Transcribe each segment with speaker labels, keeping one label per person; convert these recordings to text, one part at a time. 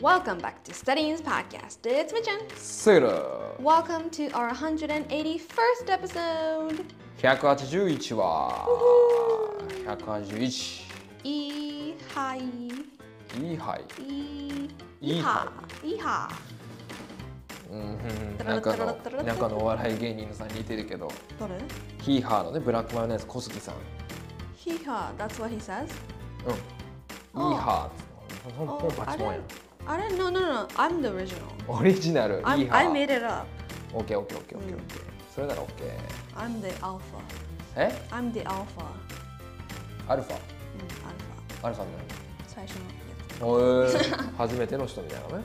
Speaker 1: Welcome back to Studying's podcast. It's Michin.
Speaker 2: セーラ
Speaker 1: Welcome to our 181st episode.
Speaker 2: 181話181
Speaker 1: E hi.
Speaker 2: いいはい
Speaker 1: E.
Speaker 2: Ee hi.
Speaker 1: E ha.
Speaker 2: うんなんかのなんかのお笑い芸人さんに似てるけど
Speaker 1: 誰
Speaker 2: ヒーハーのねブラックマヨネーズ小杉さん
Speaker 1: He ha. That's what he says.
Speaker 2: うん
Speaker 1: あー
Speaker 2: イーハーほんほんパチモンやん
Speaker 1: Oh, I don't know. No, no. I'm the original.
Speaker 2: オリジナルイー
Speaker 1: I'm,
Speaker 2: ハ
Speaker 1: I
Speaker 2: ー
Speaker 1: made it up.
Speaker 2: オッケーオッケーオッケーオッケーオッケーそれならオッケー
Speaker 1: I'm the alpha.
Speaker 2: え
Speaker 1: I'm the alpha.
Speaker 2: アルフ
Speaker 1: うん、
Speaker 2: ァ
Speaker 1: alpha.
Speaker 2: アルファじ
Speaker 1: 最初のやつ。
Speaker 2: ゃないへー初めての人みたいなね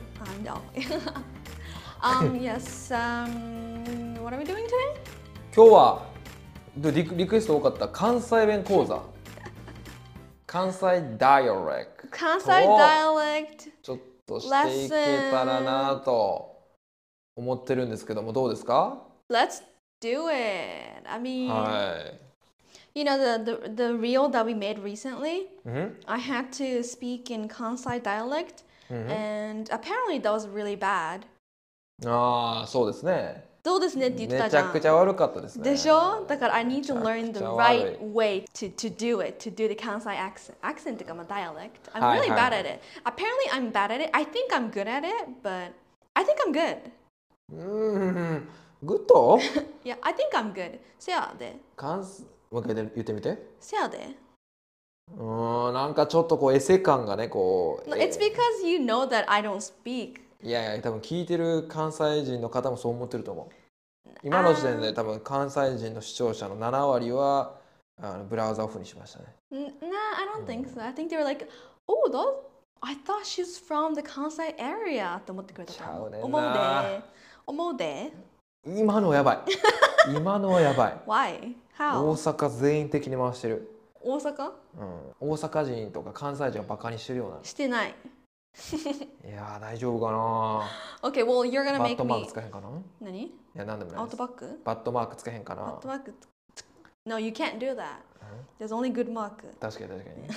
Speaker 1: I know. um, yes. Um, what are we doing today?
Speaker 2: 今日はでリクリクエスト多かった関西弁講座関西ダイアレクト
Speaker 1: Kansai dialect.
Speaker 2: ちょっとしていけたらなと思ってるんですけどもどうですか
Speaker 1: Let's do it. I mean,
Speaker 2: は
Speaker 1: you know the, the the reel that we made recently.
Speaker 2: い、うん、
Speaker 1: I had to speak in Kansai dialect, and apparently that was really bad.
Speaker 2: ああそうですねめちゃくち
Speaker 1: どうですねって言ってたじゃん。
Speaker 2: ゃ悪かったですね
Speaker 1: でしょだから I need to learn the
Speaker 2: めちゃくちゃ悪い。
Speaker 1: right way to, to do it, to do the Kansai accent. Accent っていうかまあ dialect. I'm
Speaker 2: はい、
Speaker 1: really
Speaker 2: はい。
Speaker 1: bad at it. Apparently I'm bad at it. I think I'm good at it, but I think I'm good.
Speaker 2: うーんグッド
Speaker 1: Yeah, I think I'm good. せやで。
Speaker 2: 関西もう一回言ってみて
Speaker 1: せやで。
Speaker 2: うーんなんかちょっとこうエセ感がねこう
Speaker 1: No, it's because you know that I don't speak.
Speaker 2: いやいや多分聞いてる関西人の方もそう思ってると思う今の時点で多分関西人の視聴者の7割はあのブラウザオフにしましたね
Speaker 1: N- Nah, I don't think so. I think they were like, oh, that, I thought she's from the Kansai area. と思ってくれたと思う。
Speaker 2: ちゃうねんな
Speaker 1: 思うで。思うで。
Speaker 2: 今のはや ばい今のはやばい
Speaker 1: Why?
Speaker 2: 大
Speaker 1: How?
Speaker 2: 阪全員的に回してる、
Speaker 1: 大阪
Speaker 2: うん、大阪人とか関西人をバカにしてるよう
Speaker 1: してない。
Speaker 2: ないやー大丈夫かな
Speaker 1: Okay, well, you're gonna
Speaker 2: バ
Speaker 1: make
Speaker 2: ットマー
Speaker 1: me.
Speaker 2: クつかへんかない
Speaker 1: 何
Speaker 2: やなんでもな
Speaker 1: ア
Speaker 2: い
Speaker 1: ウト
Speaker 2: です
Speaker 1: バック
Speaker 2: バットマークつけへんか
Speaker 1: アウ
Speaker 2: な
Speaker 1: トバック No, you can't do that. There's only good mark.
Speaker 2: 確かに確か に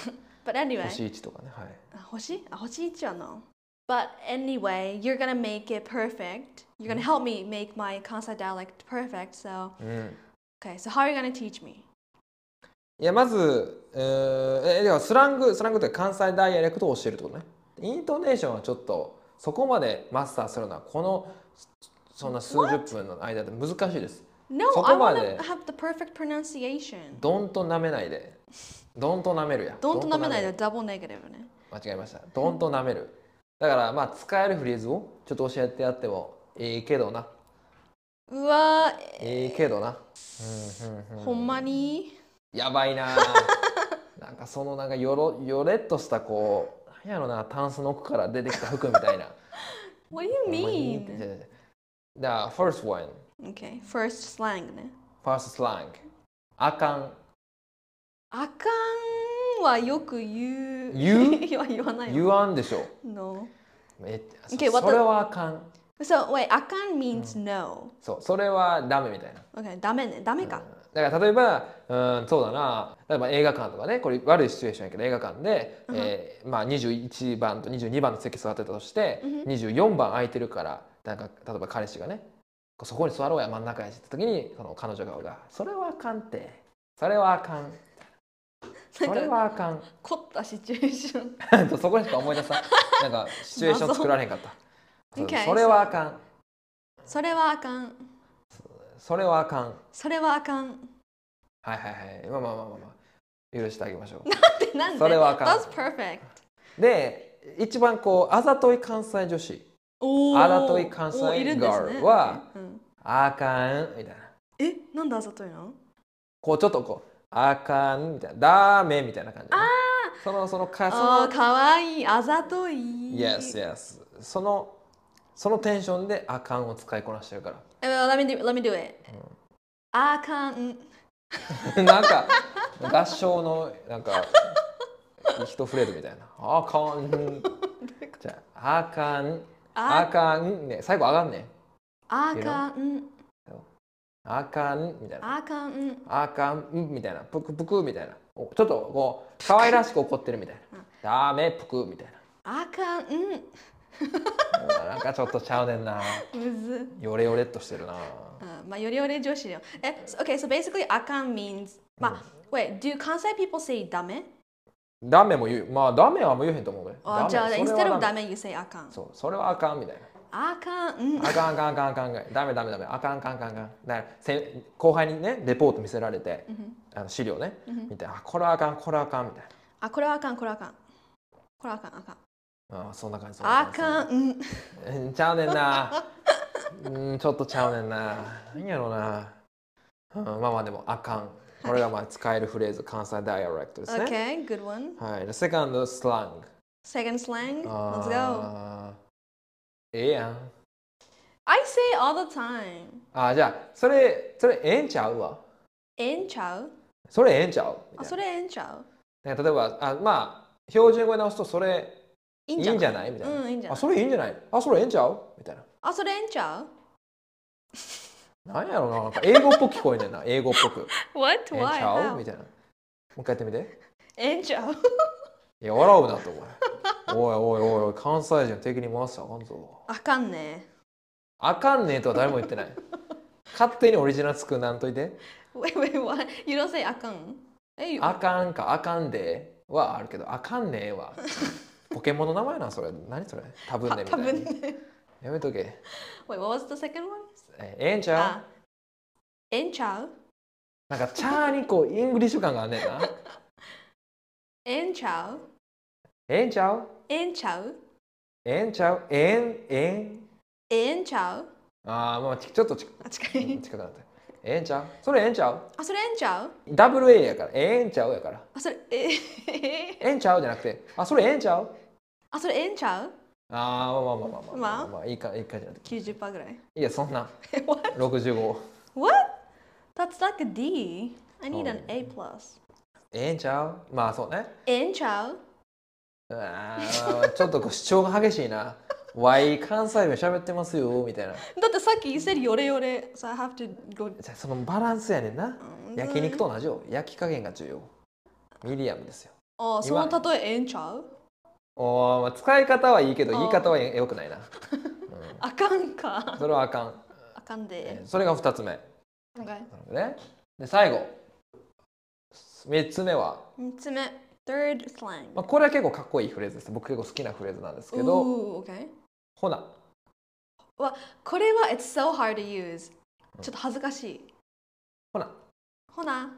Speaker 1: But anyway. Ah,
Speaker 2: 星1とかねはい
Speaker 1: あ星あ星一はな。But anyway, you're gonna make it perfect. You're gonna help me make my Kansai dialect perfect. So,
Speaker 2: うん
Speaker 1: okay, so how are you gonna teach me?
Speaker 2: いやまず、えーえではスラングスラングというか関西ダイアレクトを教えるってことねイントネーションはちょっとそこまでマスターするのはこのそんな数十分の間で難しいです
Speaker 1: No,
Speaker 2: そ
Speaker 1: I
Speaker 2: こま
Speaker 1: wanna
Speaker 2: で
Speaker 1: have the perfect pronunciation.
Speaker 2: どんと舐めないでどんと舐めるや
Speaker 1: どんと舐めない
Speaker 2: ど
Speaker 1: で
Speaker 2: んと
Speaker 1: double negative ね。
Speaker 2: 舐める間違えましたどんと舐めるだからまあ使えるフレーズをちょっと教えてやってもええけどな
Speaker 1: うわ
Speaker 2: ええけどな
Speaker 1: ー、ほんまに
Speaker 2: やばいな なんかそのなんかよろよれっとしたこうなんやろなタンスの奥から出てきた服みたいな
Speaker 1: What do you
Speaker 2: ほんまに
Speaker 1: mean?
Speaker 2: じゃあじゃあ first one
Speaker 1: Okay, first slang ね。
Speaker 2: first slang あかん
Speaker 1: あかんはよく言う。
Speaker 2: 言う
Speaker 1: いや言わない
Speaker 2: 言
Speaker 1: よ。
Speaker 2: わんでしょ
Speaker 1: No.
Speaker 2: めっ
Speaker 1: Okay,
Speaker 2: そ
Speaker 1: what the-
Speaker 2: それはあかん
Speaker 1: So, wait, あかん means no.
Speaker 2: そうそれはダメみたいな
Speaker 1: Okay, ダメね。ダメか。
Speaker 2: だから例えばうんそうだな例えば映画館とかねこれ悪いシチュエーションやけど映画館で、えーまあ、21番と22番の席座ってたとして、24番空いてるからなんか例えば彼氏がね「そこに座ろうや真ん中やし」って時にその彼女側が「それはあかんってそれはあかん
Speaker 1: なん
Speaker 2: そ
Speaker 1: か
Speaker 2: れはあかん
Speaker 1: 凝ったシチュエーション。」
Speaker 2: そこにしか思い 出さんなんかシチュエーション作られへんかった「そう
Speaker 1: Okay
Speaker 2: それはあかん
Speaker 1: それはあかん。
Speaker 2: それはあかん」
Speaker 1: それはあかん。
Speaker 2: はいはいはいまあまあまあまあまあ許してあげましょう。
Speaker 1: なんで
Speaker 2: それはあかん
Speaker 1: That's perfect.
Speaker 2: で一番こうあざとい関西女子
Speaker 1: おー
Speaker 2: あらとい関西
Speaker 1: おーいるんですね
Speaker 2: girl は
Speaker 1: うん
Speaker 2: あかんみたいな
Speaker 1: え、なんであざといの
Speaker 2: こうちょっとこうあかんみたいなダメみたいな感じ、ね、そのそのかそ
Speaker 1: あ
Speaker 2: の
Speaker 1: ー、かわいい。あざとい。
Speaker 2: yes yes そのそのテンションであかんを使いこなしてるから
Speaker 1: Eh, well, Let me do, let me do it. あかん。
Speaker 2: なんか合唱のなんか一フレーズみたいなあかんじゃああかん
Speaker 1: あ
Speaker 2: あかんね最後あがんね
Speaker 1: あかん。
Speaker 2: あかんみたいな
Speaker 1: あかん。
Speaker 2: あかんんみたいなぷくぷくみたいなおちょっとこう可愛らしく怒ってるみたいなダメぷくみたいな
Speaker 1: あかん。
Speaker 2: うんなんかちょっとちゃうねんな
Speaker 1: むずっ
Speaker 2: ヨレヨレっとしてるな
Speaker 1: Uh, まあ、よりより女子よ。Eh, so- okay, so basically, akan means. まあ、wait, do Kansai people say dame?
Speaker 2: ダメも言うまあダメはもう言えへんと思うね
Speaker 1: Or じゃあ、
Speaker 2: ダ
Speaker 1: instead
Speaker 2: メ
Speaker 1: of
Speaker 2: それはダメ
Speaker 1: dame, you say akan.
Speaker 2: そうそれはあかんみたいな
Speaker 1: Akan, mm.
Speaker 2: あかんあかんあかんあかんあかんダメダメダメあかんあかんあかんあかんだからせ後輩にねレポート見せられて、あの資料ね、見てあこれはあかんこれはあかんみたい
Speaker 1: Ah, これはあかん、これはあかん。これはあかん、あかん。
Speaker 2: なあそんな感じそんな感じ
Speaker 1: akan, mm.
Speaker 2: うんちゃうねんなうんちょっとちゃうねんな何やろうな、うん、まあまあでもあかんこれがまあ使えるフレーズ関西ダイアレクトですね、
Speaker 1: Okay, good one.
Speaker 2: はい The second slang
Speaker 1: Second slang,
Speaker 2: Uh,
Speaker 1: let's go.
Speaker 2: あーええやん
Speaker 1: I say all the time.
Speaker 2: あーじゃあそれそれええんちゃうわ
Speaker 1: En chao.
Speaker 2: それええんちゃうみたいな
Speaker 1: Ah, それ en chao.
Speaker 2: なんか例えばあまあ標準語に直すとそれいいんじゃないみたいな、
Speaker 1: うんいいんじゃない
Speaker 2: あそれいいんじゃないあそれええんちゃうみたいな
Speaker 1: Ah, それ en chao.
Speaker 2: なんやろうななんか英語っぽく聞こえねん な英語っぽく
Speaker 1: What?
Speaker 2: ええんち
Speaker 1: Why?
Speaker 2: ゃう
Speaker 1: How?
Speaker 2: みたいなもう一回やってみて
Speaker 1: En chao.
Speaker 2: いや笑うなと 思うおいおいおいおい関西人敵に回したらあかんぞ
Speaker 1: akanね。
Speaker 2: あかんねえとは誰も言ってない勝手にオリジナル作らんといて
Speaker 1: Wait, wait, what? You don't say akan. Hey, you-
Speaker 2: あかんかあかんではあるけどあかんねえはポケモンの名前なんそれ何それ多分ねみたい な
Speaker 1: 多分ね。
Speaker 2: やめとけ
Speaker 1: Wait, what was the second one?
Speaker 2: ええんちゃう
Speaker 1: Ah, en chao.
Speaker 2: なんかチャーにこうイングリッシュ感があんねんな。
Speaker 1: En chao.
Speaker 2: ええんちゃう
Speaker 1: En chao.
Speaker 2: ええんちゃうええんええん
Speaker 1: En chao.
Speaker 2: ああまあちちょっとち
Speaker 1: Ah,
Speaker 2: 近
Speaker 1: 近い。
Speaker 2: くなった。ええんちゃうそれええんちゃう
Speaker 1: Ah, それ en chao.
Speaker 2: ダブル A やからええんちゃうやから。
Speaker 1: Ah, それ-えへへへ。
Speaker 2: ええんちゃうじゃなくてあそれええんちゃう
Speaker 1: Ah, それ en chao.
Speaker 2: あーまあまあまあまあまあ、
Speaker 1: まあ
Speaker 2: まあ、いいかいいかじゃなくて
Speaker 1: 90%ぐらい。
Speaker 2: いやそんな
Speaker 1: What?
Speaker 2: 65
Speaker 1: What? That's like a D. I need an A plus.
Speaker 2: ええんちゃうまあそうね
Speaker 1: En chao.
Speaker 2: うわーちょっとこう主張が激しいなわい関西弁喋ってますよみたいな
Speaker 1: だってさっき you said よれよれ so I have to go
Speaker 2: じゃあそのバランスやねんな
Speaker 1: うん
Speaker 2: 焼肉と同じよ焼き加減が重要ミディアムですよ
Speaker 1: あそ
Speaker 2: 今
Speaker 1: の例えええんちゃう
Speaker 2: おーまあ使い方はいいけど
Speaker 1: あー
Speaker 2: 言い方はよくないな
Speaker 1: あかんか
Speaker 2: それはあかん
Speaker 1: あかんで
Speaker 2: えーそれが2つ目な
Speaker 1: Okay
Speaker 2: ので,、ね、で最後3つ目は、
Speaker 1: 三つ目 third slang
Speaker 2: まあ、これは結構かっこいいフレーズです僕結構好きなフレーズなんですけど
Speaker 1: Ooh, okay
Speaker 2: ほな
Speaker 1: わこれは it's so hard to use ちょっと恥ずかしい
Speaker 2: ほな
Speaker 1: ほな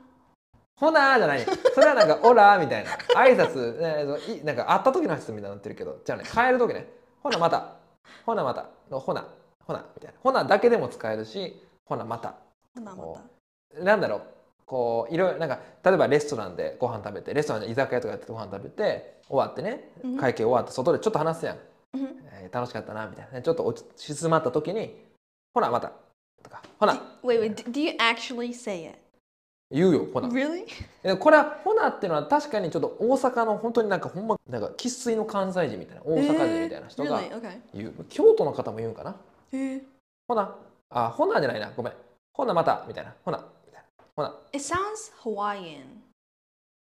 Speaker 2: ほなーじゃないそれはなんか「 オラー」みたいな挨拶ねそのいなんか会った時の挨拶みたいになってるけどじゃあね帰る時ね「ほなまた」「ほなまた」の「ほな」「ほな」みたいな「ほな」だけでも使えるし「ほなまた
Speaker 1: ほなま
Speaker 2: お
Speaker 1: た
Speaker 2: なんだろうこういろいろなんか例えばレストランでご飯食べてレストランで居酒屋とかやってご飯食べて終わってね
Speaker 1: うん
Speaker 2: 会計終わって外でちょっと話すやん、
Speaker 1: うん
Speaker 2: えー楽しかったなみたいなねちょっと落ち静まった時に「ほなまた」とか「ほな
Speaker 1: Wait wait do- do you actually say it?
Speaker 2: 言うよほな」
Speaker 1: Really?
Speaker 2: えこれはほなっていうのは確かにちょっと大阪の本当になんかほんまなんか生粋の関西人みたいな大阪人みたいな人が
Speaker 1: Really? Okay
Speaker 2: 言う、京都の方も言うんかな
Speaker 1: えー
Speaker 2: ほなあほなじゃないなごめんほなまたみたいなほなみたいなほな
Speaker 1: It sounds Hawaiian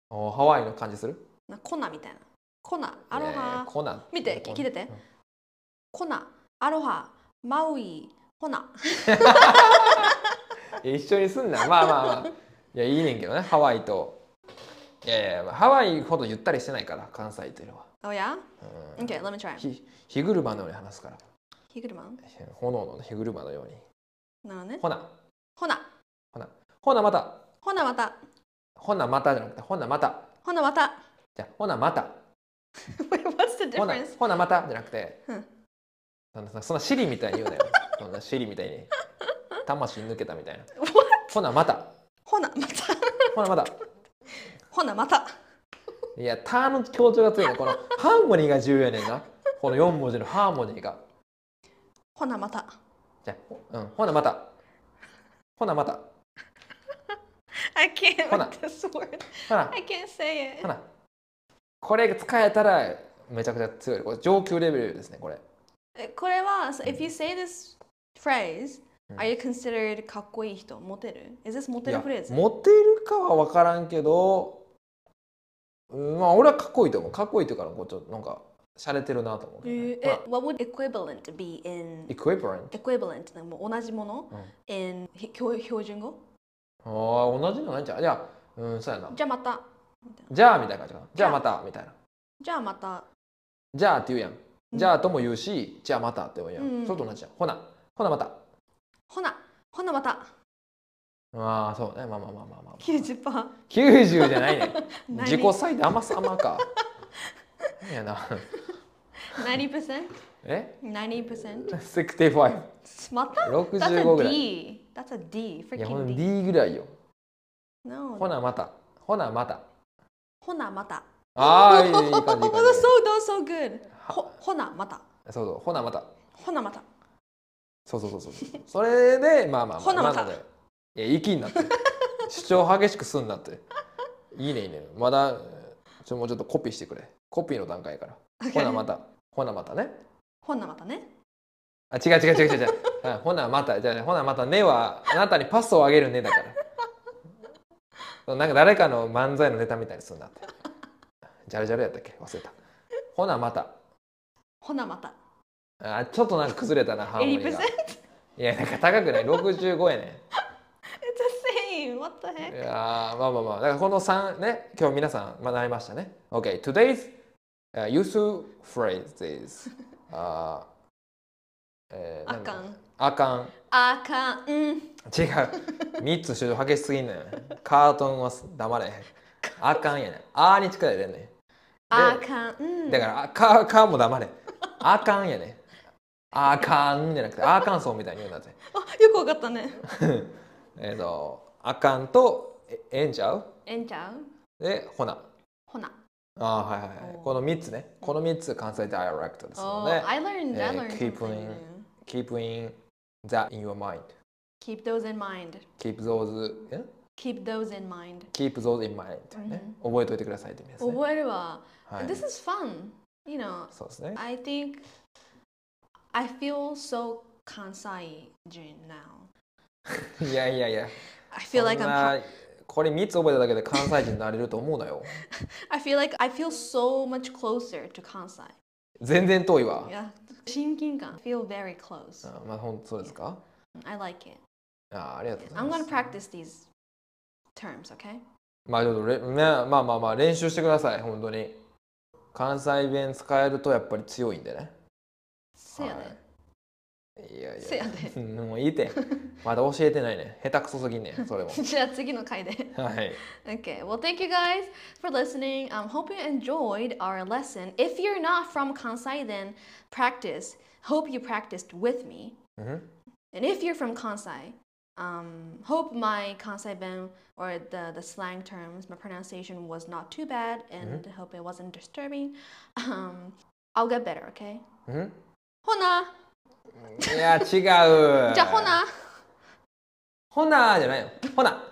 Speaker 2: おハワイの感じする
Speaker 1: なコナみたいなコナアロ
Speaker 2: いやいや
Speaker 1: ハ
Speaker 2: コナ
Speaker 1: 見て
Speaker 2: コナ
Speaker 1: 聞いてて
Speaker 2: うん
Speaker 1: コナアロハマウイホナ
Speaker 2: いや一緒にすんなまあまあまあいやいいねんけどねハワイといやいやまあハワイほどゆったりしてないから関西というのは、
Speaker 1: Oh yeah?
Speaker 2: うん
Speaker 1: Okay let me try
Speaker 2: ひ火車のように話すから
Speaker 1: ヒグルマン
Speaker 2: 炎の火車のように
Speaker 1: なるほどね
Speaker 2: ほな
Speaker 1: ほな
Speaker 2: ほなまた
Speaker 1: ほなまた
Speaker 2: ほなまたじゃなくてほなまた
Speaker 1: ほなまた
Speaker 2: じゃあほなまた
Speaker 1: Wait what's the
Speaker 2: ほな
Speaker 1: difference?
Speaker 2: ほなまたじゃなくて
Speaker 1: うん
Speaker 2: そんなそんなシリみたいに言うなよそんなシリみたいに魂抜けたみたいな
Speaker 1: What?
Speaker 2: ほなまた
Speaker 1: ほなまた
Speaker 2: ほなまた
Speaker 1: ほなまた
Speaker 2: いや「た」の強調が強いねこの ハーモニーが重要やねんなこの4文字のハーモニーが
Speaker 1: ほなまた
Speaker 2: じゃあうんほなまたほなまた
Speaker 1: I can't
Speaker 2: ほな
Speaker 1: with this word
Speaker 2: ほな
Speaker 1: I can't say
Speaker 2: ほ
Speaker 1: it
Speaker 2: なこれが使えたらめちゃくちゃ強いこれ上級レベルですねこれ
Speaker 1: えこれは so if you say this phrase
Speaker 2: うん
Speaker 1: are you considered かっこいい人モテる Is this モテる
Speaker 2: いや
Speaker 1: フレーズ
Speaker 2: モテるかは分からんけど、うんまあ俺はかっこいいと思うかっこいいというかなんかちょっとなんか洒落てるなと思うけどね、
Speaker 1: えーえ What would equivalent be in
Speaker 2: エクイバレント
Speaker 1: equivalent でも同じもの、in ひ標標準語
Speaker 2: あー同じのないんじゃういやうんそうやな
Speaker 1: じゃあまた
Speaker 2: じゃあみたいな感じかなじゃあまたみたいな
Speaker 1: じゃあまた
Speaker 2: じゃあって言うやんじゃあとも言うしじゃあまたっても言うやん、
Speaker 1: うん
Speaker 2: それと同じやんほなほなまた
Speaker 1: ほなほなまた
Speaker 2: ああそうねまあまあまあまあまあ
Speaker 1: 90%
Speaker 2: 90じゃ ないね
Speaker 1: 何
Speaker 2: 自己最大甘さまか いやな
Speaker 1: 90%?90%?
Speaker 2: え65
Speaker 1: また
Speaker 2: 65
Speaker 1: That's
Speaker 2: ぐ
Speaker 1: a
Speaker 2: らい
Speaker 1: D. That's a D.
Speaker 2: いやほ
Speaker 1: Freaking
Speaker 2: んと
Speaker 1: D.
Speaker 2: D ぐらいよ
Speaker 1: No.
Speaker 2: ほなまた ほなまた
Speaker 1: ほなまた。
Speaker 2: ああいいいい 感じいい
Speaker 1: Oh,
Speaker 2: 感
Speaker 1: that's
Speaker 2: じ
Speaker 1: so, that's so good.
Speaker 2: は
Speaker 1: ほほなまた。
Speaker 2: そうそうほなまた
Speaker 1: ほなまた。
Speaker 2: そうそうそうそう。それで、まあまあ、
Speaker 1: ほなまた
Speaker 2: 今ので。いや、息になって。主張激しくすんなって。いいね、いいね。まだ、ちょ、もうちょっとコピーしてくれ。コピーの段階から。ほなまた。ほなまたね。
Speaker 1: ほなまたね。
Speaker 2: あ、違う違う違う違う違う。あほなまた、じゃあ、ほなまたねは、あなたにパスをあげるねだから。そうなんか誰かの漫才のネタみたいにすんなって。じゃれじゃれやったっけ忘れた。ほなまた。
Speaker 1: ほなまた。
Speaker 2: あ、ちょっとなんか崩れたな、ハーモニー
Speaker 1: 80%?
Speaker 2: が。いや、なんか高くない。65やねん。
Speaker 1: It's the same. What the
Speaker 2: い
Speaker 1: heck?
Speaker 2: やーまあまあまあだからこの3ね今日皆さん学びましたね OK today's、uh, useful phrase is あー、えー
Speaker 1: あかん
Speaker 2: あかん
Speaker 1: あかん。
Speaker 2: 違う3つ主張激しすぎんねんカートンは黙れへんあかんやねんあーに力入れんね
Speaker 1: あかん。
Speaker 2: んだからあかかも黙れあかんやねんあかんじゃなくてあかんそうみたいに言うんだって
Speaker 1: あ、よくわかったね。
Speaker 2: えっとあかんとえええんちゃう
Speaker 1: えんちゃう
Speaker 2: でほな
Speaker 1: ほな。
Speaker 2: あーはいはいはい。この3つね。この3つ関西ダイアレクトですの
Speaker 1: Oh,
Speaker 2: で、
Speaker 1: I learned, I
Speaker 2: えー
Speaker 1: learned something
Speaker 2: keep learning.
Speaker 1: new.
Speaker 2: keep in that in your mind.
Speaker 1: Keep those in mind.
Speaker 2: keep those, え
Speaker 1: Keep those in mind.
Speaker 2: keep those in mind ね。覚えておいてくださいって意味ですね。
Speaker 1: 覚えるわ。
Speaker 2: はい
Speaker 1: This is fun. You know,
Speaker 2: そうですね。
Speaker 1: I think I feel so Kansai now.
Speaker 2: いやいやいや。
Speaker 1: I feel like
Speaker 2: そ
Speaker 1: I'm
Speaker 2: ん
Speaker 1: pa-
Speaker 2: なこれ3つ覚えただけで関西人になれると思うな よ。
Speaker 1: I feel like I feel so much closer to Kansai.
Speaker 2: 全然遠いわ。
Speaker 1: Yeah. 親近感 feel very close.
Speaker 2: あまあ本当そうですか
Speaker 1: I like it.
Speaker 2: あーありがとうござい
Speaker 1: I'm
Speaker 2: ま
Speaker 1: gonna
Speaker 2: す。
Speaker 1: practice these terms, okay?
Speaker 2: まあちょっとれ、ね、まあまあまあ練習してください、本当に。関西弁使えるとやっぱり強いんでね。
Speaker 1: せやね。
Speaker 2: はい、いやいや
Speaker 1: せやね
Speaker 2: うんもういいてまだ教えてないね下手くそすぎんねそ れも
Speaker 1: じゃあ次の回で。
Speaker 2: はい、
Speaker 1: Okay, well, thank you guys for listening. Um, hope you enjoyed our lesson. If you're not from Kansai, then practice. Hope you practiced with me.
Speaker 2: うん
Speaker 1: And if you're from Kansai, um, hope my Kansai ben or the, the slang terms, my pronunciation was not too bad and hope it wasn't disturbing. Um, I'll get better, okay?
Speaker 2: うん、
Speaker 1: Hona!
Speaker 2: いや違う
Speaker 1: Ja, hona!
Speaker 2: ほなじゃないよほな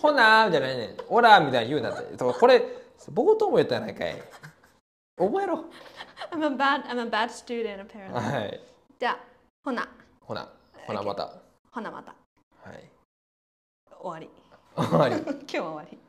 Speaker 2: ほなじゃないねオラみたいに言うなってとこれ冒頭も言ったやないかい覚えろ
Speaker 1: I'm a bad, I'm a bad student, apparently.
Speaker 2: はい
Speaker 1: Ja, hona.
Speaker 2: ほなほなまたは
Speaker 1: Hona mata.
Speaker 2: い
Speaker 1: Owari.
Speaker 2: 終わり
Speaker 1: Kyo owari.